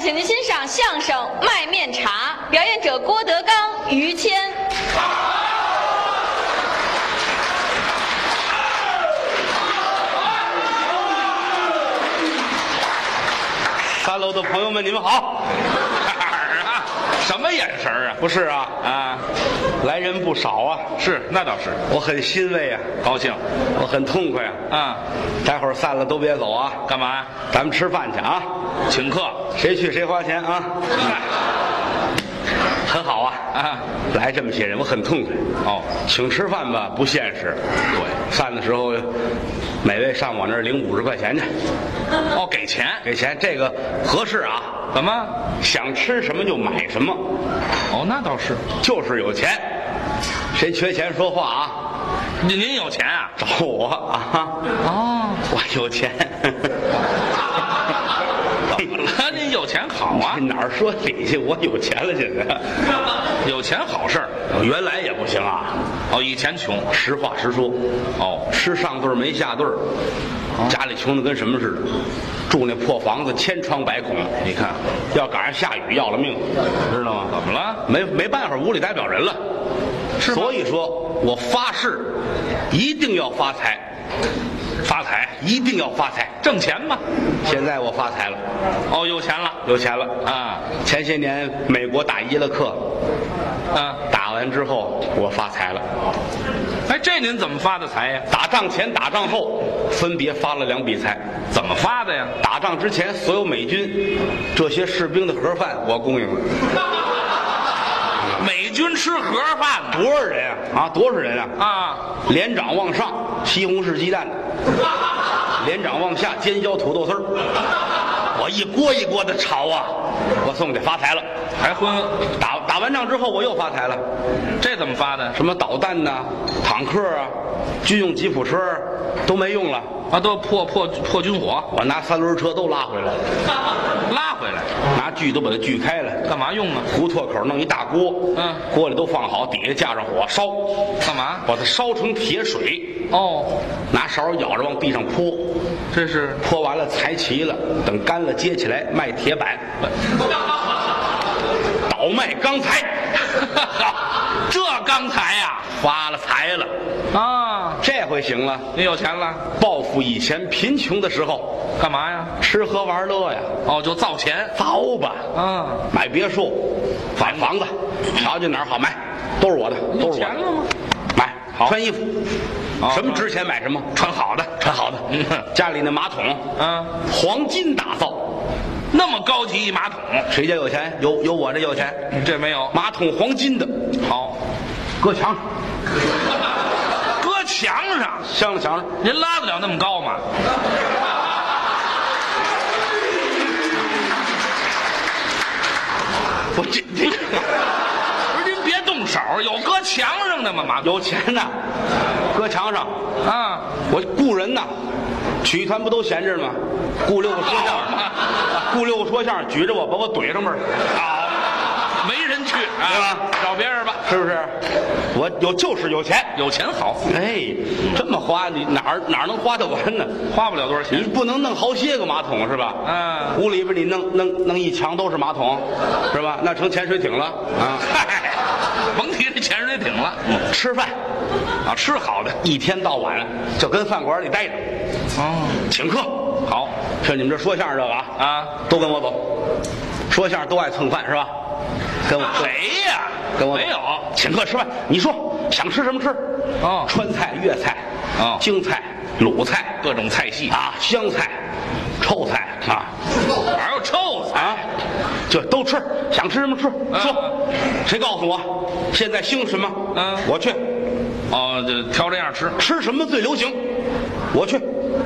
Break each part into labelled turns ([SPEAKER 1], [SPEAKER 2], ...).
[SPEAKER 1] 请您欣赏相声《卖面茶》，表演者郭德纲、于谦。
[SPEAKER 2] 三楼的朋友们，你们好！
[SPEAKER 3] 哪儿啊？什么眼神儿啊？
[SPEAKER 2] 不是啊，
[SPEAKER 3] 啊，
[SPEAKER 2] 来人不少啊，
[SPEAKER 3] 是，那倒是，
[SPEAKER 2] 我很欣慰啊，
[SPEAKER 3] 高兴
[SPEAKER 2] 我很痛快啊。
[SPEAKER 3] 啊。
[SPEAKER 2] 待会儿散了都别走啊，
[SPEAKER 3] 干嘛呀？
[SPEAKER 2] 咱们吃饭去啊，
[SPEAKER 3] 请客。哎
[SPEAKER 2] 谁去谁花钱啊，
[SPEAKER 3] 嗨
[SPEAKER 2] 很好啊。
[SPEAKER 3] 啊，
[SPEAKER 2] 来这么些人，我很痛快。
[SPEAKER 3] 哦，
[SPEAKER 2] 请吃饭吧，不现实。
[SPEAKER 3] 对，
[SPEAKER 2] 散的时候，每位上我那儿领五十块钱去，
[SPEAKER 3] 哦，给钱？
[SPEAKER 2] 给钱这个合适啊。
[SPEAKER 3] 怎么？
[SPEAKER 2] 想吃什么就买什么，
[SPEAKER 3] 哦，那倒是。
[SPEAKER 2] 就是有钱。谁缺钱说话啊，
[SPEAKER 3] 您您有钱啊？
[SPEAKER 2] 找我啊。
[SPEAKER 3] 哦，
[SPEAKER 2] 我有钱，怎么了？
[SPEAKER 3] 您有钱好啊，
[SPEAKER 2] 哪儿说理去？我有钱了，现在。
[SPEAKER 3] 有钱好事儿。
[SPEAKER 2] 我原来也不行啊，
[SPEAKER 3] 哦，以前穷。
[SPEAKER 2] 实话实说，
[SPEAKER 3] 哦，啊
[SPEAKER 2] 吃上顿儿没下顿儿，家里穷的跟什么似的，住那破房子千疮百孔，
[SPEAKER 3] 哎你看
[SPEAKER 2] 要赶上下雨要了命，知道吗？
[SPEAKER 3] 怎么了？
[SPEAKER 2] 没没办法，屋里待不了人了，
[SPEAKER 3] 是吗
[SPEAKER 2] 所以说我发誓，一定要发财，
[SPEAKER 3] 发财，
[SPEAKER 2] 一定要发财。
[SPEAKER 3] 挣钱嘛。
[SPEAKER 2] 现在我发财了，
[SPEAKER 3] 哦，有钱了
[SPEAKER 2] 有钱了。
[SPEAKER 3] 啊
[SPEAKER 2] 前些年美国打伊拉克，
[SPEAKER 3] 啊！
[SPEAKER 2] 打完之后我发财了。
[SPEAKER 3] 哎，这您怎么发的财呀？
[SPEAKER 2] 打仗前、打仗后分别发了两笔财。
[SPEAKER 3] 怎么发的呀？
[SPEAKER 2] 打仗之前，所有美军这些士兵的盒饭我供应了，
[SPEAKER 3] 美军吃盒饭呢。
[SPEAKER 2] 多少人啊？啊，多少人啊？
[SPEAKER 3] 啊，
[SPEAKER 2] 连长往上，西红柿鸡蛋的；连长往下，尖椒土豆丝儿。我一锅一锅的炒啊，我送去发财了。
[SPEAKER 3] 还荤，
[SPEAKER 2] 打打完仗之后，我又发财了。
[SPEAKER 3] 这怎么发的？
[SPEAKER 2] 什么导弹呐、坦克啊、军用吉普车啊都没用了，
[SPEAKER 3] 啊，都破破破军火，
[SPEAKER 2] 我拿三轮车都拉回来了，
[SPEAKER 3] 拉回来
[SPEAKER 2] 拿锯都把它锯开了，
[SPEAKER 3] 干嘛用啊？
[SPEAKER 2] 胡同口弄一大锅，
[SPEAKER 3] 嗯
[SPEAKER 2] 锅里都放好，底下架上火烧，
[SPEAKER 3] 干嘛？
[SPEAKER 2] 把它烧成铁水，
[SPEAKER 3] 哦，
[SPEAKER 2] 拿勺舀着往地上泼，
[SPEAKER 3] 这是
[SPEAKER 2] 泼完了裁齐了，等干了接起来卖铁板，倒卖钢材，
[SPEAKER 3] 这刚才呀、
[SPEAKER 2] 啊发了财了，
[SPEAKER 3] 啊！
[SPEAKER 2] 这回行了，
[SPEAKER 3] 你有钱了，
[SPEAKER 2] 报复以前贫穷的时候
[SPEAKER 3] 干嘛呀？
[SPEAKER 2] 吃喝玩乐呀，
[SPEAKER 3] 哦，就造钱
[SPEAKER 2] 糟吧。
[SPEAKER 3] 啊！
[SPEAKER 2] 买别墅，买房子，瞧见哪儿好买，都是我的，都是我
[SPEAKER 3] 哎钱了
[SPEAKER 2] 的。
[SPEAKER 3] 吗？
[SPEAKER 2] 买
[SPEAKER 3] 好
[SPEAKER 2] 穿衣服，
[SPEAKER 3] 好
[SPEAKER 2] 什么值钱买什么，
[SPEAKER 3] 穿好的
[SPEAKER 2] 穿好的
[SPEAKER 3] 嗯。
[SPEAKER 2] 家里那马桶，
[SPEAKER 3] 啊，
[SPEAKER 2] 黄金打造，
[SPEAKER 3] 那么高级一马桶，
[SPEAKER 2] 谁家有钱？有有我这有钱，
[SPEAKER 3] 这没有
[SPEAKER 2] 马桶黄金的，
[SPEAKER 3] 好，
[SPEAKER 2] 搁墙上，
[SPEAKER 3] 搁墙上，
[SPEAKER 2] 镶了墙上。
[SPEAKER 3] 您拉得了那么高吗？
[SPEAKER 2] 我这 这
[SPEAKER 3] 不是您别动手，有搁墙上的吗？马
[SPEAKER 2] 有钱呐，搁墙上。
[SPEAKER 3] 啊，
[SPEAKER 2] 我雇人呐，曲艺团不都闲着吗？雇六个说相声的， 雇六个说相声，举着我把我怼上面儿，
[SPEAKER 3] 好，没人去啊，
[SPEAKER 2] 对吧
[SPEAKER 3] 找别人吧，
[SPEAKER 2] 是不是？我有就是有钱。
[SPEAKER 3] 有钱好，
[SPEAKER 2] 哎，这么花你哪儿哪儿能花得完呢？
[SPEAKER 3] 花不了多少
[SPEAKER 2] 你
[SPEAKER 3] 钱。
[SPEAKER 2] 不能弄好些个马桶是吧？
[SPEAKER 3] 嗯
[SPEAKER 2] 屋里边你弄弄弄一墙都是马桶，是吧？那成潜水艇了啊！
[SPEAKER 3] 嗨，甭提这潜水艇了。
[SPEAKER 2] 吃饭
[SPEAKER 3] 啊，吃好的。
[SPEAKER 2] 一天到晚就跟饭馆里待着，
[SPEAKER 3] 哦，
[SPEAKER 2] 请客。
[SPEAKER 3] 好
[SPEAKER 2] 像你们这说相声这个啊，
[SPEAKER 3] 啊，
[SPEAKER 2] 都跟我走。说相声都爱蹭饭是吧？跟我
[SPEAKER 3] 谁呀、
[SPEAKER 2] 跟我
[SPEAKER 3] 啊没有。
[SPEAKER 2] 请客吃饭，你说想吃什么吃？
[SPEAKER 3] 哦
[SPEAKER 2] 川菜、粤菜、
[SPEAKER 3] 哦
[SPEAKER 2] 京菜、鲁菜
[SPEAKER 3] 各种菜系，
[SPEAKER 2] 啊，湘菜、臭菜啊。
[SPEAKER 3] 哪有臭菜？
[SPEAKER 2] 啊，就都吃，想吃什么吃，说，谁告诉我现在兴什么？
[SPEAKER 3] 嗯
[SPEAKER 2] 我去
[SPEAKER 3] 哦，就挑这样吃。
[SPEAKER 2] 吃什么最流行？我去，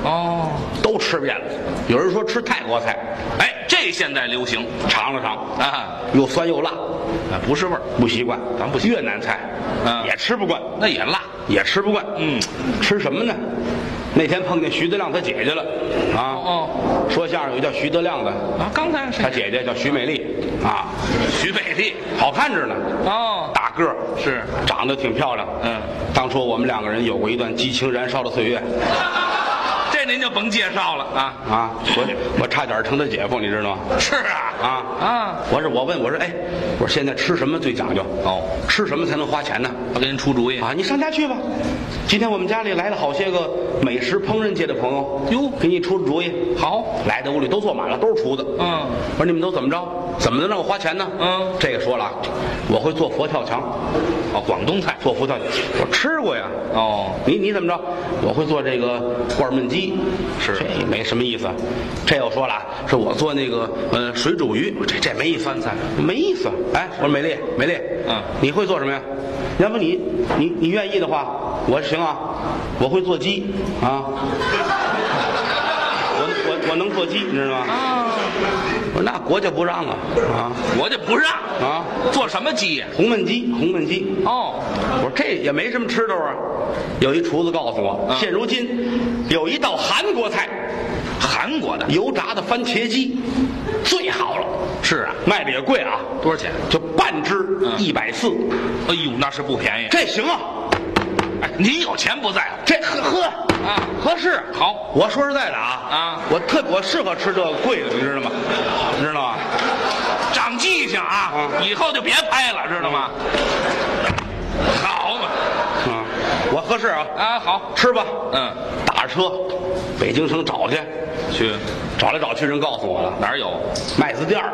[SPEAKER 3] 哦，
[SPEAKER 2] 都吃遍了。有人说吃泰国菜，
[SPEAKER 3] 哎，这现在流行
[SPEAKER 2] 尝了尝，
[SPEAKER 3] 啊，
[SPEAKER 2] 又酸又辣，
[SPEAKER 3] 啊不是味儿，
[SPEAKER 2] 不习惯。
[SPEAKER 3] 咱不习
[SPEAKER 2] 越南菜，
[SPEAKER 3] 嗯
[SPEAKER 2] 也吃不惯，
[SPEAKER 3] 那也辣。
[SPEAKER 2] 也吃不惯。
[SPEAKER 3] 嗯，
[SPEAKER 2] 吃什么呢？那天碰见徐德亮他姐姐了，啊，
[SPEAKER 3] 哦
[SPEAKER 2] 说相声有叫徐德亮的，
[SPEAKER 3] 啊，刚才
[SPEAKER 2] 他
[SPEAKER 3] 是
[SPEAKER 2] 姐姐叫徐美丽，啊，
[SPEAKER 3] 徐美丽。
[SPEAKER 2] 好看着呢，
[SPEAKER 3] 哦，
[SPEAKER 2] 大个儿
[SPEAKER 3] 是
[SPEAKER 2] 长得挺漂亮。
[SPEAKER 3] 嗯，
[SPEAKER 2] 当初我们两个人有过一段激情燃烧的岁月，
[SPEAKER 3] 这您就甭介绍了啊。
[SPEAKER 2] 啊，我我差点成他姐夫，你知道吗？
[SPEAKER 3] 是啊，
[SPEAKER 2] 啊
[SPEAKER 3] 啊，
[SPEAKER 2] 我是我问我说，哎，我说现在吃什么最讲究？
[SPEAKER 3] 哦，
[SPEAKER 2] 吃什么才能花钱呢？
[SPEAKER 3] 我给您出主意
[SPEAKER 2] 啊，你上家去吧。今天我们家里来了好些个美食烹饪界的朋友，
[SPEAKER 3] 哟
[SPEAKER 2] 给你出出主意。
[SPEAKER 3] 好，
[SPEAKER 2] 来的屋里都坐满了，都是厨子。
[SPEAKER 3] 嗯
[SPEAKER 2] 我说你们都怎么着？怎么能让我花钱呢？
[SPEAKER 3] 嗯
[SPEAKER 2] 这个说了啊，我会做佛跳墙，
[SPEAKER 3] 哦，广东菜
[SPEAKER 2] 做佛跳墙，我吃过呀。
[SPEAKER 3] 哦，
[SPEAKER 2] 你你怎么着？我会做这个罐焖鸡，
[SPEAKER 3] 是
[SPEAKER 2] 这也没什么意思。这又说了啊，是我做那个呃水煮鱼，这这没意思，
[SPEAKER 3] 酸菜
[SPEAKER 2] 没意思。哎，我说美丽，美丽，
[SPEAKER 3] 嗯
[SPEAKER 2] 你会做什么呀？要不你你你愿意的话，我行啊，我会做鸡啊， 我我我能做鸡，你知道吗？
[SPEAKER 3] 啊
[SPEAKER 2] 我说那国家不让啊啊
[SPEAKER 3] 我就不让
[SPEAKER 2] 啊，
[SPEAKER 3] 做什么鸡呀？
[SPEAKER 2] 红焖鸡，红焖鸡。
[SPEAKER 3] 哦，
[SPEAKER 2] 我说这也没什么吃头啊。有一厨子告诉我，
[SPEAKER 3] 嗯
[SPEAKER 2] 现如今有一道韩国菜，
[SPEAKER 3] 韩国的
[SPEAKER 2] 油炸的番茄鸡，最好了，
[SPEAKER 3] 是啊，
[SPEAKER 2] 卖的也贵啊，
[SPEAKER 3] 多少钱？
[SPEAKER 2] 就半只
[SPEAKER 3] 嗯
[SPEAKER 2] 一百四，
[SPEAKER 3] 哎呦，那是不便宜。
[SPEAKER 2] 这行啊，
[SPEAKER 3] 哎，您有钱不在乎
[SPEAKER 2] 这呵呵
[SPEAKER 3] 啊
[SPEAKER 2] 合适。
[SPEAKER 3] 好，
[SPEAKER 2] 我说实在的啊
[SPEAKER 3] 啊
[SPEAKER 2] 我特我适合吃这个贵的，你知道吗？你知道吗？
[SPEAKER 3] 啊长记性啊，
[SPEAKER 2] 嗯
[SPEAKER 3] 以后就别拍了，知道吗？好嘛，
[SPEAKER 2] 啊，我合适啊，
[SPEAKER 3] 啊好，
[SPEAKER 2] 吃吧。
[SPEAKER 3] 嗯，
[SPEAKER 2] 打着车，北京城找去，
[SPEAKER 3] 去
[SPEAKER 2] 找来找去，人告诉我了，
[SPEAKER 3] 哪儿有？
[SPEAKER 2] 麦子店儿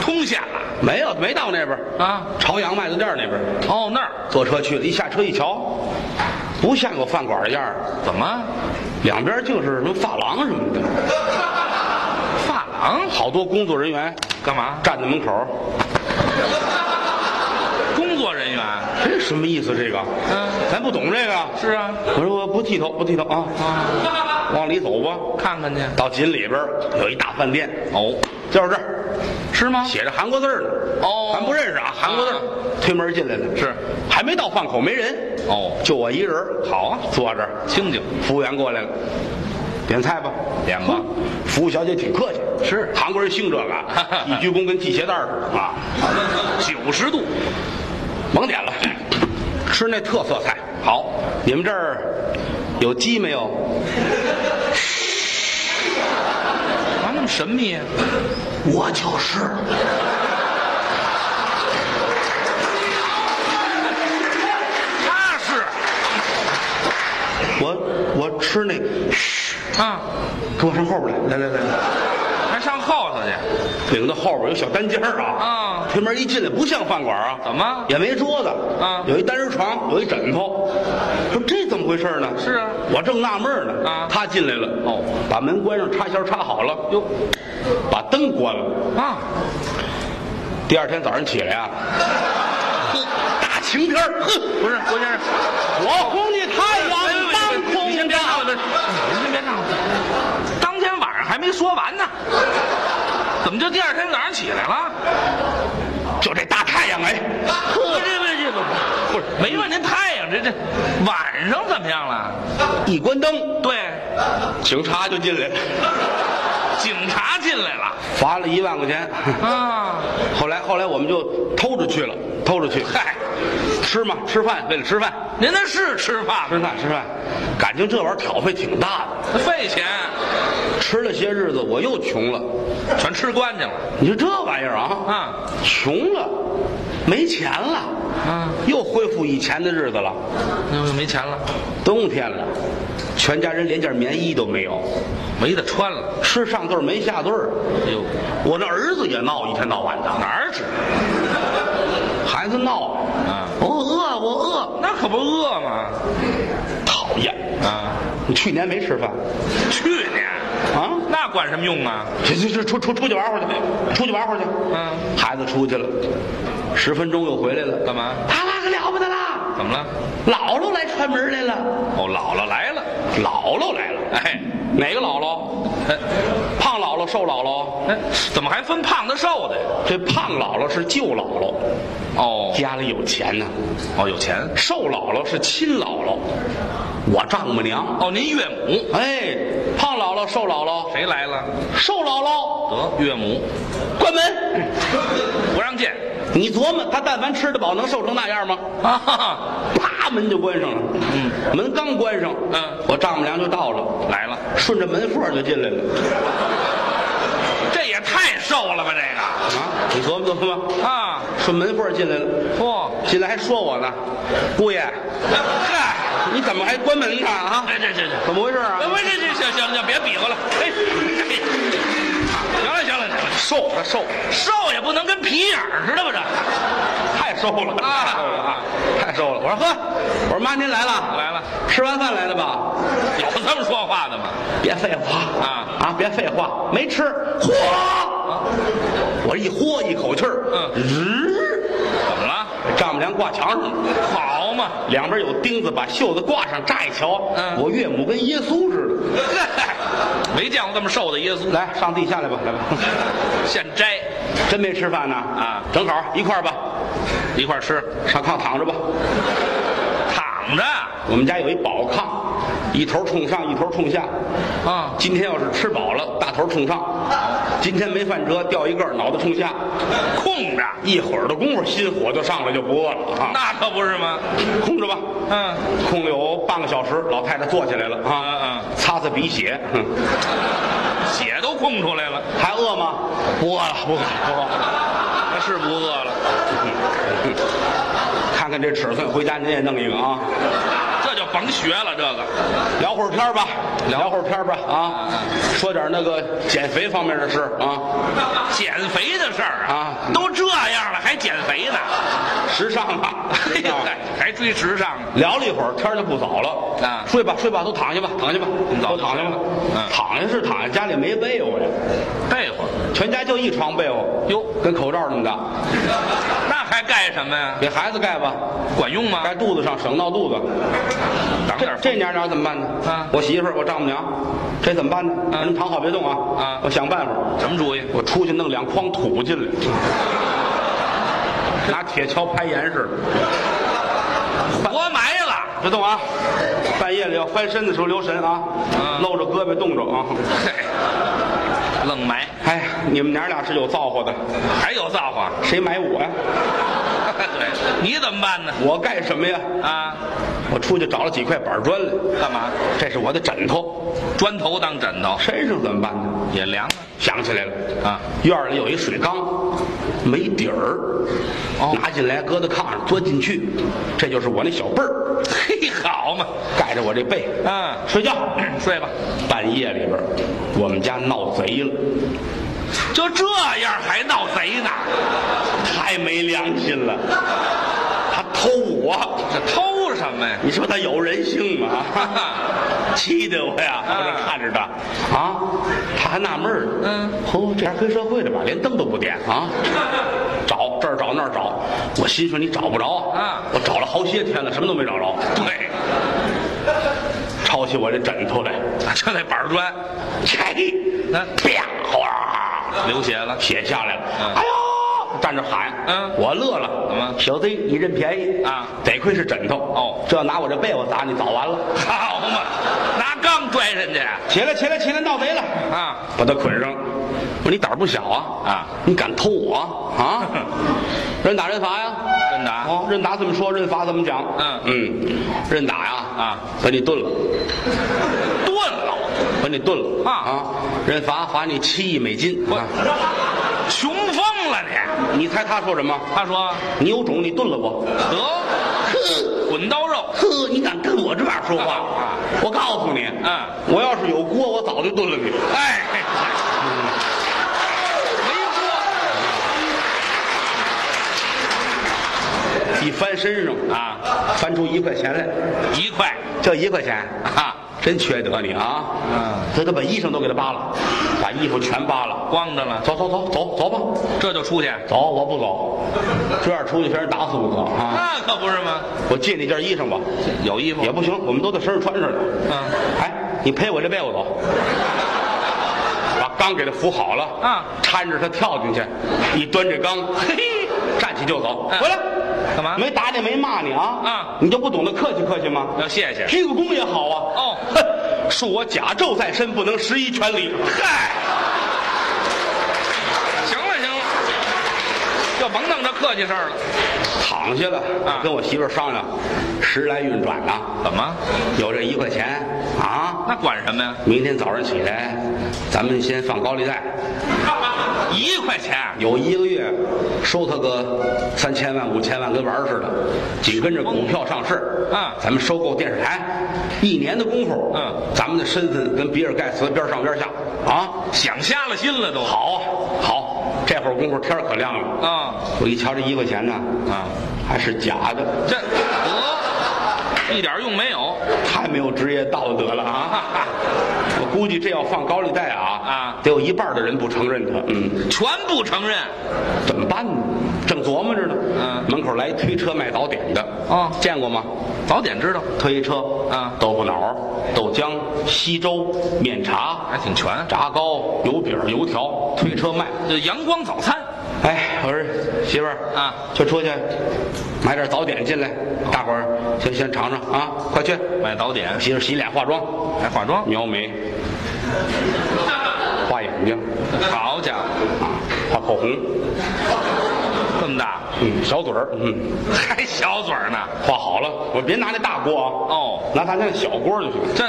[SPEAKER 3] 通县了
[SPEAKER 2] 没有，没到那边儿
[SPEAKER 3] 啊？
[SPEAKER 2] 朝阳麦子店儿那边儿，
[SPEAKER 3] 哦，那儿
[SPEAKER 2] 坐车去了，一下车一瞧，不像个饭馆的样儿，
[SPEAKER 3] 怎么
[SPEAKER 2] 两边就是什么发廊什么的，
[SPEAKER 3] 发廊？
[SPEAKER 2] 好多工作人员
[SPEAKER 3] 干嘛？
[SPEAKER 2] 站在门口，
[SPEAKER 3] 工作人员？
[SPEAKER 2] 这哎什么意思？这个，
[SPEAKER 3] 嗯
[SPEAKER 2] 咱不懂这个。
[SPEAKER 3] 是啊，
[SPEAKER 2] 我说我不剃头，不剃头啊，
[SPEAKER 3] 啊，
[SPEAKER 2] 往里走吧。
[SPEAKER 3] 看看去。
[SPEAKER 2] 到紧里边儿有一大饭店，
[SPEAKER 3] 哦，
[SPEAKER 2] 就是这儿，
[SPEAKER 3] 是吗？
[SPEAKER 2] 写着韩国字儿呢。
[SPEAKER 3] 哦
[SPEAKER 2] 咱不认识啊，韩国字
[SPEAKER 3] 啊
[SPEAKER 2] 儿。推门进来了，
[SPEAKER 3] 是
[SPEAKER 2] 还没到饭口，没人，
[SPEAKER 3] 哦，
[SPEAKER 2] 就我一人儿
[SPEAKER 3] 好啊，
[SPEAKER 2] 坐这儿。
[SPEAKER 3] 清静
[SPEAKER 2] 服务员过来了，点菜吧，
[SPEAKER 3] 点吧。
[SPEAKER 2] 服务小姐挺客气，
[SPEAKER 3] 是
[SPEAKER 2] 韩国人兴这个 啊，一鞠躬跟系鞋带儿似的啊，
[SPEAKER 3] 九十度，
[SPEAKER 2] 甭点了，吃那特色菜。
[SPEAKER 3] 好，
[SPEAKER 2] 你们这儿有鸡没有？
[SPEAKER 3] 啊，那么神秘啊？
[SPEAKER 2] 我就是。
[SPEAKER 3] 他是
[SPEAKER 2] 我我吃那，
[SPEAKER 3] 啊，
[SPEAKER 2] 跟我上后边来，来来来来，
[SPEAKER 3] 还上后头去？
[SPEAKER 2] 领到后边有小单间儿啊，
[SPEAKER 3] 啊
[SPEAKER 2] 推门一进来不像饭馆啊，
[SPEAKER 3] 怎么
[SPEAKER 2] 也没桌子
[SPEAKER 3] 啊
[SPEAKER 2] 有一单人床，有一枕头，说这怎么回事呢？
[SPEAKER 3] 是啊
[SPEAKER 2] 我正纳闷呢
[SPEAKER 3] 啊
[SPEAKER 2] 他进来了，
[SPEAKER 3] 哦，
[SPEAKER 2] 把门关上，插销插好了，
[SPEAKER 3] 哟，
[SPEAKER 2] 把灯关了。
[SPEAKER 3] 啊，
[SPEAKER 2] 第二天早上起来啊，大晴天儿，哼，
[SPEAKER 3] 不是，郭先生，哎
[SPEAKER 2] 我哄你太阳当
[SPEAKER 3] 你先
[SPEAKER 2] 空
[SPEAKER 3] 别闹了，
[SPEAKER 2] 照。
[SPEAKER 3] 您先别闹了。当天晚上还没说完呢，怎么就第二天早上起来了？
[SPEAKER 2] 就这大太阳哎，
[SPEAKER 3] 呵，这这这不不是没问您太阳，这这晚上怎么样了？
[SPEAKER 2] 一关灯，
[SPEAKER 3] 对，
[SPEAKER 2] 警察就进来了，
[SPEAKER 3] 警察进来了
[SPEAKER 2] 罚了一万块钱。
[SPEAKER 3] 啊，
[SPEAKER 2] 后来后来我们就偷着去了，偷着去。嗨，吃嘛，吃饭，为了吃饭，
[SPEAKER 3] 您那是吃饭
[SPEAKER 2] 吃
[SPEAKER 3] 吗？
[SPEAKER 2] 饭，吃饭。感情这玩意儿挑费挺大的，
[SPEAKER 3] 费钱，
[SPEAKER 2] 吃了些日子我又穷了。
[SPEAKER 3] 全吃光去了
[SPEAKER 2] 你说这玩意儿啊，
[SPEAKER 3] 啊
[SPEAKER 2] 穷了，没钱了，
[SPEAKER 3] 啊，
[SPEAKER 2] 又恢复以前的日子了。
[SPEAKER 3] 那就没钱了，
[SPEAKER 2] 冬天了，全家人连件棉衣都没有，
[SPEAKER 3] 没得穿了。
[SPEAKER 2] 吃上顿儿没下顿儿。
[SPEAKER 3] 哎呦，
[SPEAKER 2] 我那儿子也闹，一天到晚的，
[SPEAKER 3] 哪儿吃？
[SPEAKER 2] 孩子闹，
[SPEAKER 3] 啊
[SPEAKER 2] 我饿，我饿，
[SPEAKER 3] 那可不饿吗？
[SPEAKER 2] 讨厌。
[SPEAKER 3] 啊，
[SPEAKER 2] 你去年没吃饭
[SPEAKER 3] 去年。
[SPEAKER 2] 啊？
[SPEAKER 3] 那管什么用啊？
[SPEAKER 2] 去去去，出出出去玩会儿去，出去玩会儿去。
[SPEAKER 3] 嗯，
[SPEAKER 2] 孩子出去了，十分钟又回来了。
[SPEAKER 3] 干嘛
[SPEAKER 2] 他那个了不得啦，
[SPEAKER 3] 怎么了？
[SPEAKER 2] 姥姥来串门来了，
[SPEAKER 3] 哦，姥姥来了。
[SPEAKER 2] 姥姥来了。
[SPEAKER 3] 哎，
[SPEAKER 2] 哪个姥姥？
[SPEAKER 3] 哎，
[SPEAKER 2] 胖姥姥、瘦姥姥？
[SPEAKER 3] 哎怎么还分胖的瘦的呀？
[SPEAKER 2] 这胖姥姥是舅姥姥，
[SPEAKER 3] 哦
[SPEAKER 2] 家里有钱呢、
[SPEAKER 3] 哦，有钱。
[SPEAKER 2] 瘦姥姥是亲姥姥，我丈母娘。
[SPEAKER 3] 哦，您岳母
[SPEAKER 2] 哎，胖姥姥姥、寿姥姥、
[SPEAKER 3] 谁来了？
[SPEAKER 2] 寿姥姥，
[SPEAKER 3] 得，岳母
[SPEAKER 2] 关门！
[SPEAKER 3] 不让见
[SPEAKER 2] 你琢磨，他但凡吃得饱，能瘦成那样吗？
[SPEAKER 3] 啊哈哈！
[SPEAKER 2] 啪，门就关上了。
[SPEAKER 3] 嗯，
[SPEAKER 2] 门刚关上，
[SPEAKER 3] 嗯，
[SPEAKER 2] 我丈母娘就到了，
[SPEAKER 3] 来了，
[SPEAKER 2] 顺着门缝儿就进来了。
[SPEAKER 3] 这也太瘦了吧？这
[SPEAKER 2] 啊，你琢磨琢磨吧，
[SPEAKER 3] 个啊，
[SPEAKER 2] 顺门缝儿进来了，
[SPEAKER 3] 嚯，
[SPEAKER 2] 进来还说我呢，姑爷，
[SPEAKER 3] 嗨，
[SPEAKER 2] 你怎么还关门呢？啊，
[SPEAKER 3] 哎这这这这。
[SPEAKER 2] 怎么回事啊？
[SPEAKER 3] 不是，这这行行行，别比划了。哎，行了行了行了，
[SPEAKER 2] 瘦，他瘦，
[SPEAKER 3] 瘦也不能跟皮影儿似的吧？这
[SPEAKER 2] 太瘦了
[SPEAKER 3] 啊
[SPEAKER 2] 太瘦了啊，太瘦了。我说呵，我说妈您来了，
[SPEAKER 3] 来了，
[SPEAKER 2] 吃完饭来了吧？
[SPEAKER 3] 有这么说话的吗？
[SPEAKER 2] 别废话
[SPEAKER 3] 啊
[SPEAKER 2] 啊！别废话，没吃，嚯！我一豁一口气儿，
[SPEAKER 3] 嗯
[SPEAKER 2] 嗯，
[SPEAKER 3] 怎么了？
[SPEAKER 2] 丈母娘挂墙上了，
[SPEAKER 3] 好嘛，
[SPEAKER 2] 两边有钉子，把袖子挂上，乍一瞧，
[SPEAKER 3] 嗯
[SPEAKER 2] 我岳母跟耶稣似
[SPEAKER 3] 没见过这么瘦的耶稣
[SPEAKER 2] 的。，来，上地下来吧，来 吧，
[SPEAKER 3] 现摘，
[SPEAKER 2] 真没吃饭呢
[SPEAKER 3] 啊
[SPEAKER 2] 正好一块儿吧，
[SPEAKER 3] 一块儿吃，
[SPEAKER 2] 上炕躺着吧。
[SPEAKER 3] 躺着
[SPEAKER 2] 我们家有一宝炕，一头冲上，一头冲下。
[SPEAKER 3] 啊，
[SPEAKER 2] 今天要是吃饱了，大头冲上；今天没饭辙，掉一个儿，脑袋冲下。
[SPEAKER 3] 空着，
[SPEAKER 2] 一会儿的功夫，心火就上来，就不饿了啊！
[SPEAKER 3] 那可不是吗？
[SPEAKER 2] 空着吧，
[SPEAKER 3] 嗯，
[SPEAKER 2] 空了有半个小时，老太太坐起来了啊，
[SPEAKER 3] 嗯嗯，
[SPEAKER 2] 擦擦鼻血，嗯，
[SPEAKER 3] 血都空出来了，
[SPEAKER 2] 还饿吗？不饿了，不饿了，不饿了。
[SPEAKER 3] 那是不饿了，
[SPEAKER 2] 看看这尺寸，回家您也弄一个啊。
[SPEAKER 3] 这就甭学了，这个
[SPEAKER 2] 聊会儿天儿吧，聊会儿天儿吧啊，说点那个减肥方面的事啊，
[SPEAKER 3] 减肥的事儿
[SPEAKER 2] 啊
[SPEAKER 3] 都这样了还减肥呢，
[SPEAKER 2] 时尚吧。
[SPEAKER 3] 哎
[SPEAKER 2] 时
[SPEAKER 3] 呀
[SPEAKER 2] 尚，
[SPEAKER 3] 还追时尚呢，
[SPEAKER 2] 聊了一会儿，天儿就不早了
[SPEAKER 3] 啊
[SPEAKER 2] 睡吧，睡吧，都躺下吧，躺下吧，
[SPEAKER 3] 早
[SPEAKER 2] 都
[SPEAKER 3] 就
[SPEAKER 2] 躺下吧
[SPEAKER 3] 睡了，嗯
[SPEAKER 2] 躺下是躺下，家里没被窝呀，
[SPEAKER 3] 被会儿，
[SPEAKER 2] 全家就一床被窝，
[SPEAKER 3] 哟
[SPEAKER 2] 跟口罩那么大，
[SPEAKER 3] 那还干什么呀？
[SPEAKER 2] 给孩子盖吧，
[SPEAKER 3] 管用吗？
[SPEAKER 2] 盖肚子上省闹肚子。
[SPEAKER 3] 挡点
[SPEAKER 2] 啊这
[SPEAKER 3] 儿
[SPEAKER 2] 这娘俩怎么办呢？
[SPEAKER 3] 啊
[SPEAKER 2] 我媳妇儿，我丈母娘，这怎么办呢？
[SPEAKER 3] 啊
[SPEAKER 2] 你们躺好别动啊！
[SPEAKER 3] 啊
[SPEAKER 2] 我想办法，
[SPEAKER 3] 什么主意？
[SPEAKER 2] 我出去弄两筐土进 来，拿铁锹拍盐似的，
[SPEAKER 3] 活埋了，
[SPEAKER 2] 别动啊！
[SPEAKER 3] 哎
[SPEAKER 2] 半夜里要翻身的时候留神啊，
[SPEAKER 3] 啊
[SPEAKER 2] 露着胳膊冻着啊！
[SPEAKER 3] 嘿，愣埋，
[SPEAKER 2] 哎呀，你们娘俩是有造化的，
[SPEAKER 3] 还有造化。
[SPEAKER 2] 谁买我呀？
[SPEAKER 3] 对，你怎么办呢？
[SPEAKER 2] 我干什么呀？
[SPEAKER 3] 啊，
[SPEAKER 2] 我出去找了几块板砖来，
[SPEAKER 3] 干嘛？
[SPEAKER 2] 这是我的枕头，
[SPEAKER 3] 砖头当枕头
[SPEAKER 2] 身上怎么办呢？
[SPEAKER 3] 也凉啊。
[SPEAKER 2] 想起来了
[SPEAKER 3] 啊！
[SPEAKER 2] 院儿里有一水缸，没底儿，
[SPEAKER 3] 哦
[SPEAKER 2] 拿进来搁到炕上钻进去，这就是我那小被儿，
[SPEAKER 3] 嘿，好嘛，
[SPEAKER 2] 盖着我这被，
[SPEAKER 3] 啊
[SPEAKER 2] 睡觉。
[SPEAKER 3] 睡吧，
[SPEAKER 2] 半夜里边儿，我们家闹贼了，
[SPEAKER 3] 就这样还闹贼呢？
[SPEAKER 2] 太没良心了，他偷我，
[SPEAKER 3] 这偷什么呀？
[SPEAKER 2] 你说他有人性吗？气得我呀，我这看着他啊，他还纳闷儿呢，
[SPEAKER 3] 嗯
[SPEAKER 2] 嚯，这还黑社会的吧，连灯都不点啊，找这儿找那儿找，我心说你找不着
[SPEAKER 3] 啊
[SPEAKER 2] 我找了好些天了，什么都没找着，
[SPEAKER 3] 对，
[SPEAKER 2] 抄起我这枕头来，
[SPEAKER 3] 就那板砖
[SPEAKER 2] 嘿，
[SPEAKER 3] 嗯
[SPEAKER 2] 啪，哗，
[SPEAKER 3] 流血了，
[SPEAKER 2] 血下来了，
[SPEAKER 3] 嗯
[SPEAKER 2] 哎呦，站着喊，
[SPEAKER 3] 嗯
[SPEAKER 2] 我乐了，
[SPEAKER 3] 怎么
[SPEAKER 2] 小子，你认便宜
[SPEAKER 3] 啊
[SPEAKER 2] 得亏是枕头
[SPEAKER 3] 哦
[SPEAKER 2] 这要拿我这被窝砸你，早完了，
[SPEAKER 3] 好嘛，拿钢拽人家
[SPEAKER 2] 起来，起来，起来，闹贼了。
[SPEAKER 3] 啊！
[SPEAKER 2] 把他捆上。我说你胆儿不小啊！
[SPEAKER 3] 啊
[SPEAKER 2] 你敢偷我 啊？认打认罚呀！
[SPEAKER 3] 真的啊，
[SPEAKER 2] 哦，认打怎么说？认罚怎么讲？
[SPEAKER 3] 嗯
[SPEAKER 2] 嗯，认打呀！
[SPEAKER 3] 啊，
[SPEAKER 2] 把你炖了，
[SPEAKER 3] 炖了，
[SPEAKER 2] 把你炖了
[SPEAKER 3] 啊
[SPEAKER 2] 认罚罚你七亿美金。啊
[SPEAKER 3] 穷疯了你！
[SPEAKER 2] 你猜他说什么？
[SPEAKER 3] 他说
[SPEAKER 2] 你有种，你炖了我！
[SPEAKER 3] 得
[SPEAKER 2] 呵
[SPEAKER 3] 滚刀肉，
[SPEAKER 2] 呵，你敢跟我这样说话？
[SPEAKER 3] 啊
[SPEAKER 2] 我告诉你，
[SPEAKER 3] 嗯，
[SPEAKER 2] 我要是有锅，我早就炖了你。
[SPEAKER 3] 哎，没
[SPEAKER 2] 一翻身上
[SPEAKER 3] 说，啊，
[SPEAKER 2] 翻出一块钱来，
[SPEAKER 3] 一块
[SPEAKER 2] 就一块钱。
[SPEAKER 3] 啊，
[SPEAKER 2] 真缺德你啊！
[SPEAKER 3] 嗯，
[SPEAKER 2] 他都把衣裳都给他扒了，把衣服全扒了。
[SPEAKER 3] 光着了，
[SPEAKER 2] 走走走走走吧，
[SPEAKER 3] 这就出去。
[SPEAKER 2] 走我不走，这样出去全人打死我可啊！
[SPEAKER 3] 那可不是吗？
[SPEAKER 2] 我借你件衣裳吧，
[SPEAKER 3] 有衣服
[SPEAKER 2] 也不行，我们都在身上穿上了。
[SPEAKER 3] 嗯，
[SPEAKER 2] 哎，你陪我这被我走，把缸给他扶好了，
[SPEAKER 3] 嗯
[SPEAKER 2] 搀着他跳进去，一端这缸，
[SPEAKER 3] 嘿，
[SPEAKER 2] 站起就走，
[SPEAKER 3] 嗯
[SPEAKER 2] 回来。
[SPEAKER 3] 干嘛
[SPEAKER 2] 没打你，没骂你啊！
[SPEAKER 3] 嗯
[SPEAKER 2] 你就不懂得客气客气吗？
[SPEAKER 3] 要谢谢。
[SPEAKER 2] 鞠个躬也好啊。
[SPEAKER 3] 哦
[SPEAKER 2] 哼，恕我甲胄在身，不能十一全礼。
[SPEAKER 3] 嗨，行了行了，就甭弄这客气事儿了。
[SPEAKER 2] 躺下了，
[SPEAKER 3] 啊
[SPEAKER 2] 跟我媳妇儿商量，时来运转呐、
[SPEAKER 3] 怎么？
[SPEAKER 2] 有这一块钱啊，
[SPEAKER 3] 那管什么呀？
[SPEAKER 2] 明天早上起来，咱们先放高利贷，
[SPEAKER 3] 一块钱，
[SPEAKER 2] 有一个月收他个三千万、五千万，跟玩儿似的。紧跟着股票上市，
[SPEAKER 3] 啊
[SPEAKER 2] 咱们收购电视台，一年的功夫，
[SPEAKER 3] 嗯
[SPEAKER 2] 咱们的身份跟比尔盖茨边上边下啊。
[SPEAKER 3] 想瞎了心了都。
[SPEAKER 2] 好啊，好，这会儿功夫天儿可亮了。
[SPEAKER 3] 啊
[SPEAKER 2] 我一瞧这一块钱呢，
[SPEAKER 3] 啊，
[SPEAKER 2] 还是假的，
[SPEAKER 3] 这得一点用没有
[SPEAKER 2] 太没有职业道德了
[SPEAKER 3] 啊！哈
[SPEAKER 2] 啊！
[SPEAKER 3] 哈
[SPEAKER 2] 我估计这要放高利贷啊
[SPEAKER 3] 啊
[SPEAKER 2] 得有一半的人不承认他。嗯，
[SPEAKER 3] 全不承认。
[SPEAKER 2] 怎么办呢？正琢磨着呢。
[SPEAKER 3] 嗯
[SPEAKER 2] 门口来一推车卖早点的。
[SPEAKER 3] 哦
[SPEAKER 2] 见过吗？
[SPEAKER 3] 早点知道，
[SPEAKER 2] 推车
[SPEAKER 3] 啊
[SPEAKER 2] 豆腐脑、豆浆、稀粥、面茶、
[SPEAKER 3] 还挺全。
[SPEAKER 2] 炸糕、油饼、油条，推车卖。
[SPEAKER 3] 这阳光早餐
[SPEAKER 2] 哎，我说媳妇儿
[SPEAKER 3] 啊
[SPEAKER 2] 就出去买点早点进来，大伙儿先先尝尝啊，快去！
[SPEAKER 3] 买早点，
[SPEAKER 2] 媳妇儿洗脸化妆，
[SPEAKER 3] 还化妆。
[SPEAKER 2] 描眉，画眼睛，
[SPEAKER 3] 好家伙，
[SPEAKER 2] 画口红，
[SPEAKER 3] 这么大，
[SPEAKER 2] 嗯，小嘴儿，嗯，
[SPEAKER 3] 还小嘴儿呢？
[SPEAKER 2] 画好了。我别拿那大锅啊，
[SPEAKER 3] 哦，
[SPEAKER 2] 拿咱家那小锅就行。
[SPEAKER 3] 这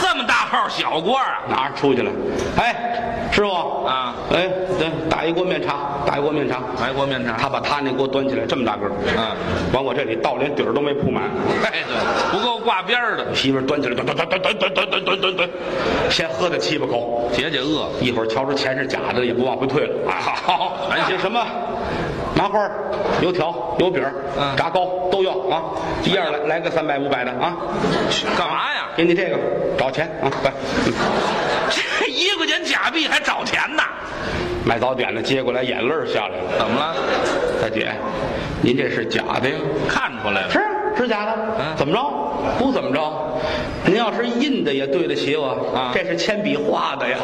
[SPEAKER 3] 这么大号小锅啊？
[SPEAKER 2] 拿着出去了，哎，师傅
[SPEAKER 3] 啊
[SPEAKER 2] 哎，对，打一锅面茶，打一锅面茶。
[SPEAKER 3] 白锅面
[SPEAKER 2] 他
[SPEAKER 3] 茶，
[SPEAKER 2] 把他那锅端起来，这么大个儿，
[SPEAKER 3] 嗯，
[SPEAKER 2] 往我这里倒，连底儿都没铺满。
[SPEAKER 3] 哎对，不够挂边儿的，
[SPEAKER 2] 媳妇儿端起来，端端端端端端端端端端，先喝他七八口，
[SPEAKER 3] 解解饿。
[SPEAKER 2] 一会儿瞧出钱是假的，也不往回退了。啊，好，咱些什么麻花儿、油条、油饼儿、
[SPEAKER 3] 嗯
[SPEAKER 2] 炸糕都要啊，一样来来个三百五百的啊，
[SPEAKER 3] 干嘛呀？
[SPEAKER 2] 给你这个找钱啊，来，嗯
[SPEAKER 3] 这一块钱假币还找钱呢？
[SPEAKER 2] 买早点的接过来，眼泪儿下来了。
[SPEAKER 3] 怎么了？
[SPEAKER 2] 大姐，您这是假的呀？
[SPEAKER 3] 看出来了，
[SPEAKER 2] 是啊是假的，
[SPEAKER 3] 嗯
[SPEAKER 2] 怎么着？不怎么着。您要是印的也对得起我
[SPEAKER 3] 啊
[SPEAKER 2] 这是铅笔画的呀，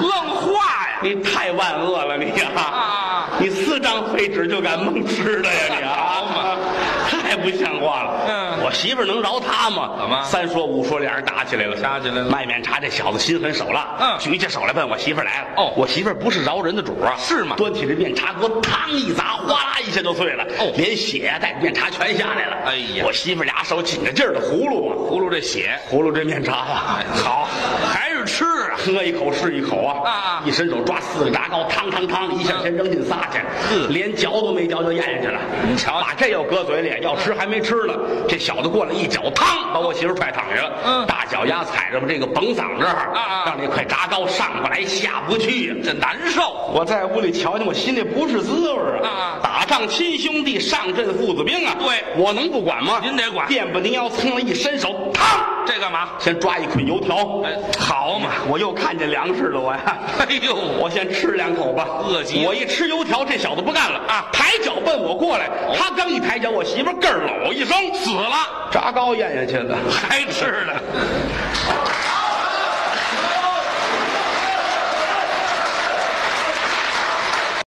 [SPEAKER 3] 愣画呀！
[SPEAKER 2] 你太万恶了你呀、
[SPEAKER 3] 啊
[SPEAKER 2] 你四张废纸就敢蒙吃的呀你
[SPEAKER 3] 好嘛
[SPEAKER 2] 啊！ 太不像话了。
[SPEAKER 3] 嗯
[SPEAKER 2] 我媳妇儿能饶他吗？
[SPEAKER 3] 怎么
[SPEAKER 2] 三说五说，俩人打起来了，
[SPEAKER 3] 打起来了
[SPEAKER 2] 卖面茶这小子心狠手辣，
[SPEAKER 3] 嗯
[SPEAKER 2] 举起手来奔我媳妇儿来了。
[SPEAKER 3] 哦
[SPEAKER 2] 我媳妇儿不是饶人的主啊，
[SPEAKER 3] 是吗
[SPEAKER 2] 端起这面茶锅，嘡一砸，哗啦一下就碎了。
[SPEAKER 3] 哦
[SPEAKER 2] 连血啊带面茶全下来了。
[SPEAKER 3] 哎呀
[SPEAKER 2] 我媳妇儿俩手紧着劲儿的葫芦啊，
[SPEAKER 3] 葫芦这血，
[SPEAKER 2] 葫芦这面茶啊，
[SPEAKER 3] 好，还是吃啊？
[SPEAKER 2] 喝一口是一口啊！
[SPEAKER 3] 啊啊
[SPEAKER 2] 一伸手抓四个炸糕，汤汤汤，一下先扔进仨去，
[SPEAKER 3] 嗯
[SPEAKER 2] 连嚼都没嚼就咽下去了。
[SPEAKER 3] 你瞧瞧
[SPEAKER 2] 把这又搁嘴里，要吃还没吃呢。这小子过来一脚，汤把我媳妇踹躺下了。
[SPEAKER 3] 嗯
[SPEAKER 2] 大脚丫踩着这个甭嗓这儿，
[SPEAKER 3] 啊啊
[SPEAKER 2] 让那块炸糕上不来下不去呀。
[SPEAKER 3] 这难受，
[SPEAKER 2] 我在屋里瞧见，我心里不是滋味儿
[SPEAKER 3] 啊啊
[SPEAKER 2] 打仗亲兄弟，上阵父子兵啊！
[SPEAKER 3] 对
[SPEAKER 2] 我能不管吗？
[SPEAKER 3] 您得管
[SPEAKER 2] 电不宁腰噌了一伸手，嘡，
[SPEAKER 3] 这干嘛？
[SPEAKER 2] 先抓一捆油条。
[SPEAKER 3] 哎，好嘛！
[SPEAKER 2] 我又看见粮食了，我呀。
[SPEAKER 3] 哎呦，
[SPEAKER 2] 我先吃两口吧，
[SPEAKER 3] 饿极了
[SPEAKER 2] 我一吃油条，这小子不干了啊！抬脚奔我过来，他刚一抬脚，我媳妇儿咯儿搂一声，
[SPEAKER 3] 哦死了
[SPEAKER 2] 炸糕咽下去了。
[SPEAKER 3] 还吃呢。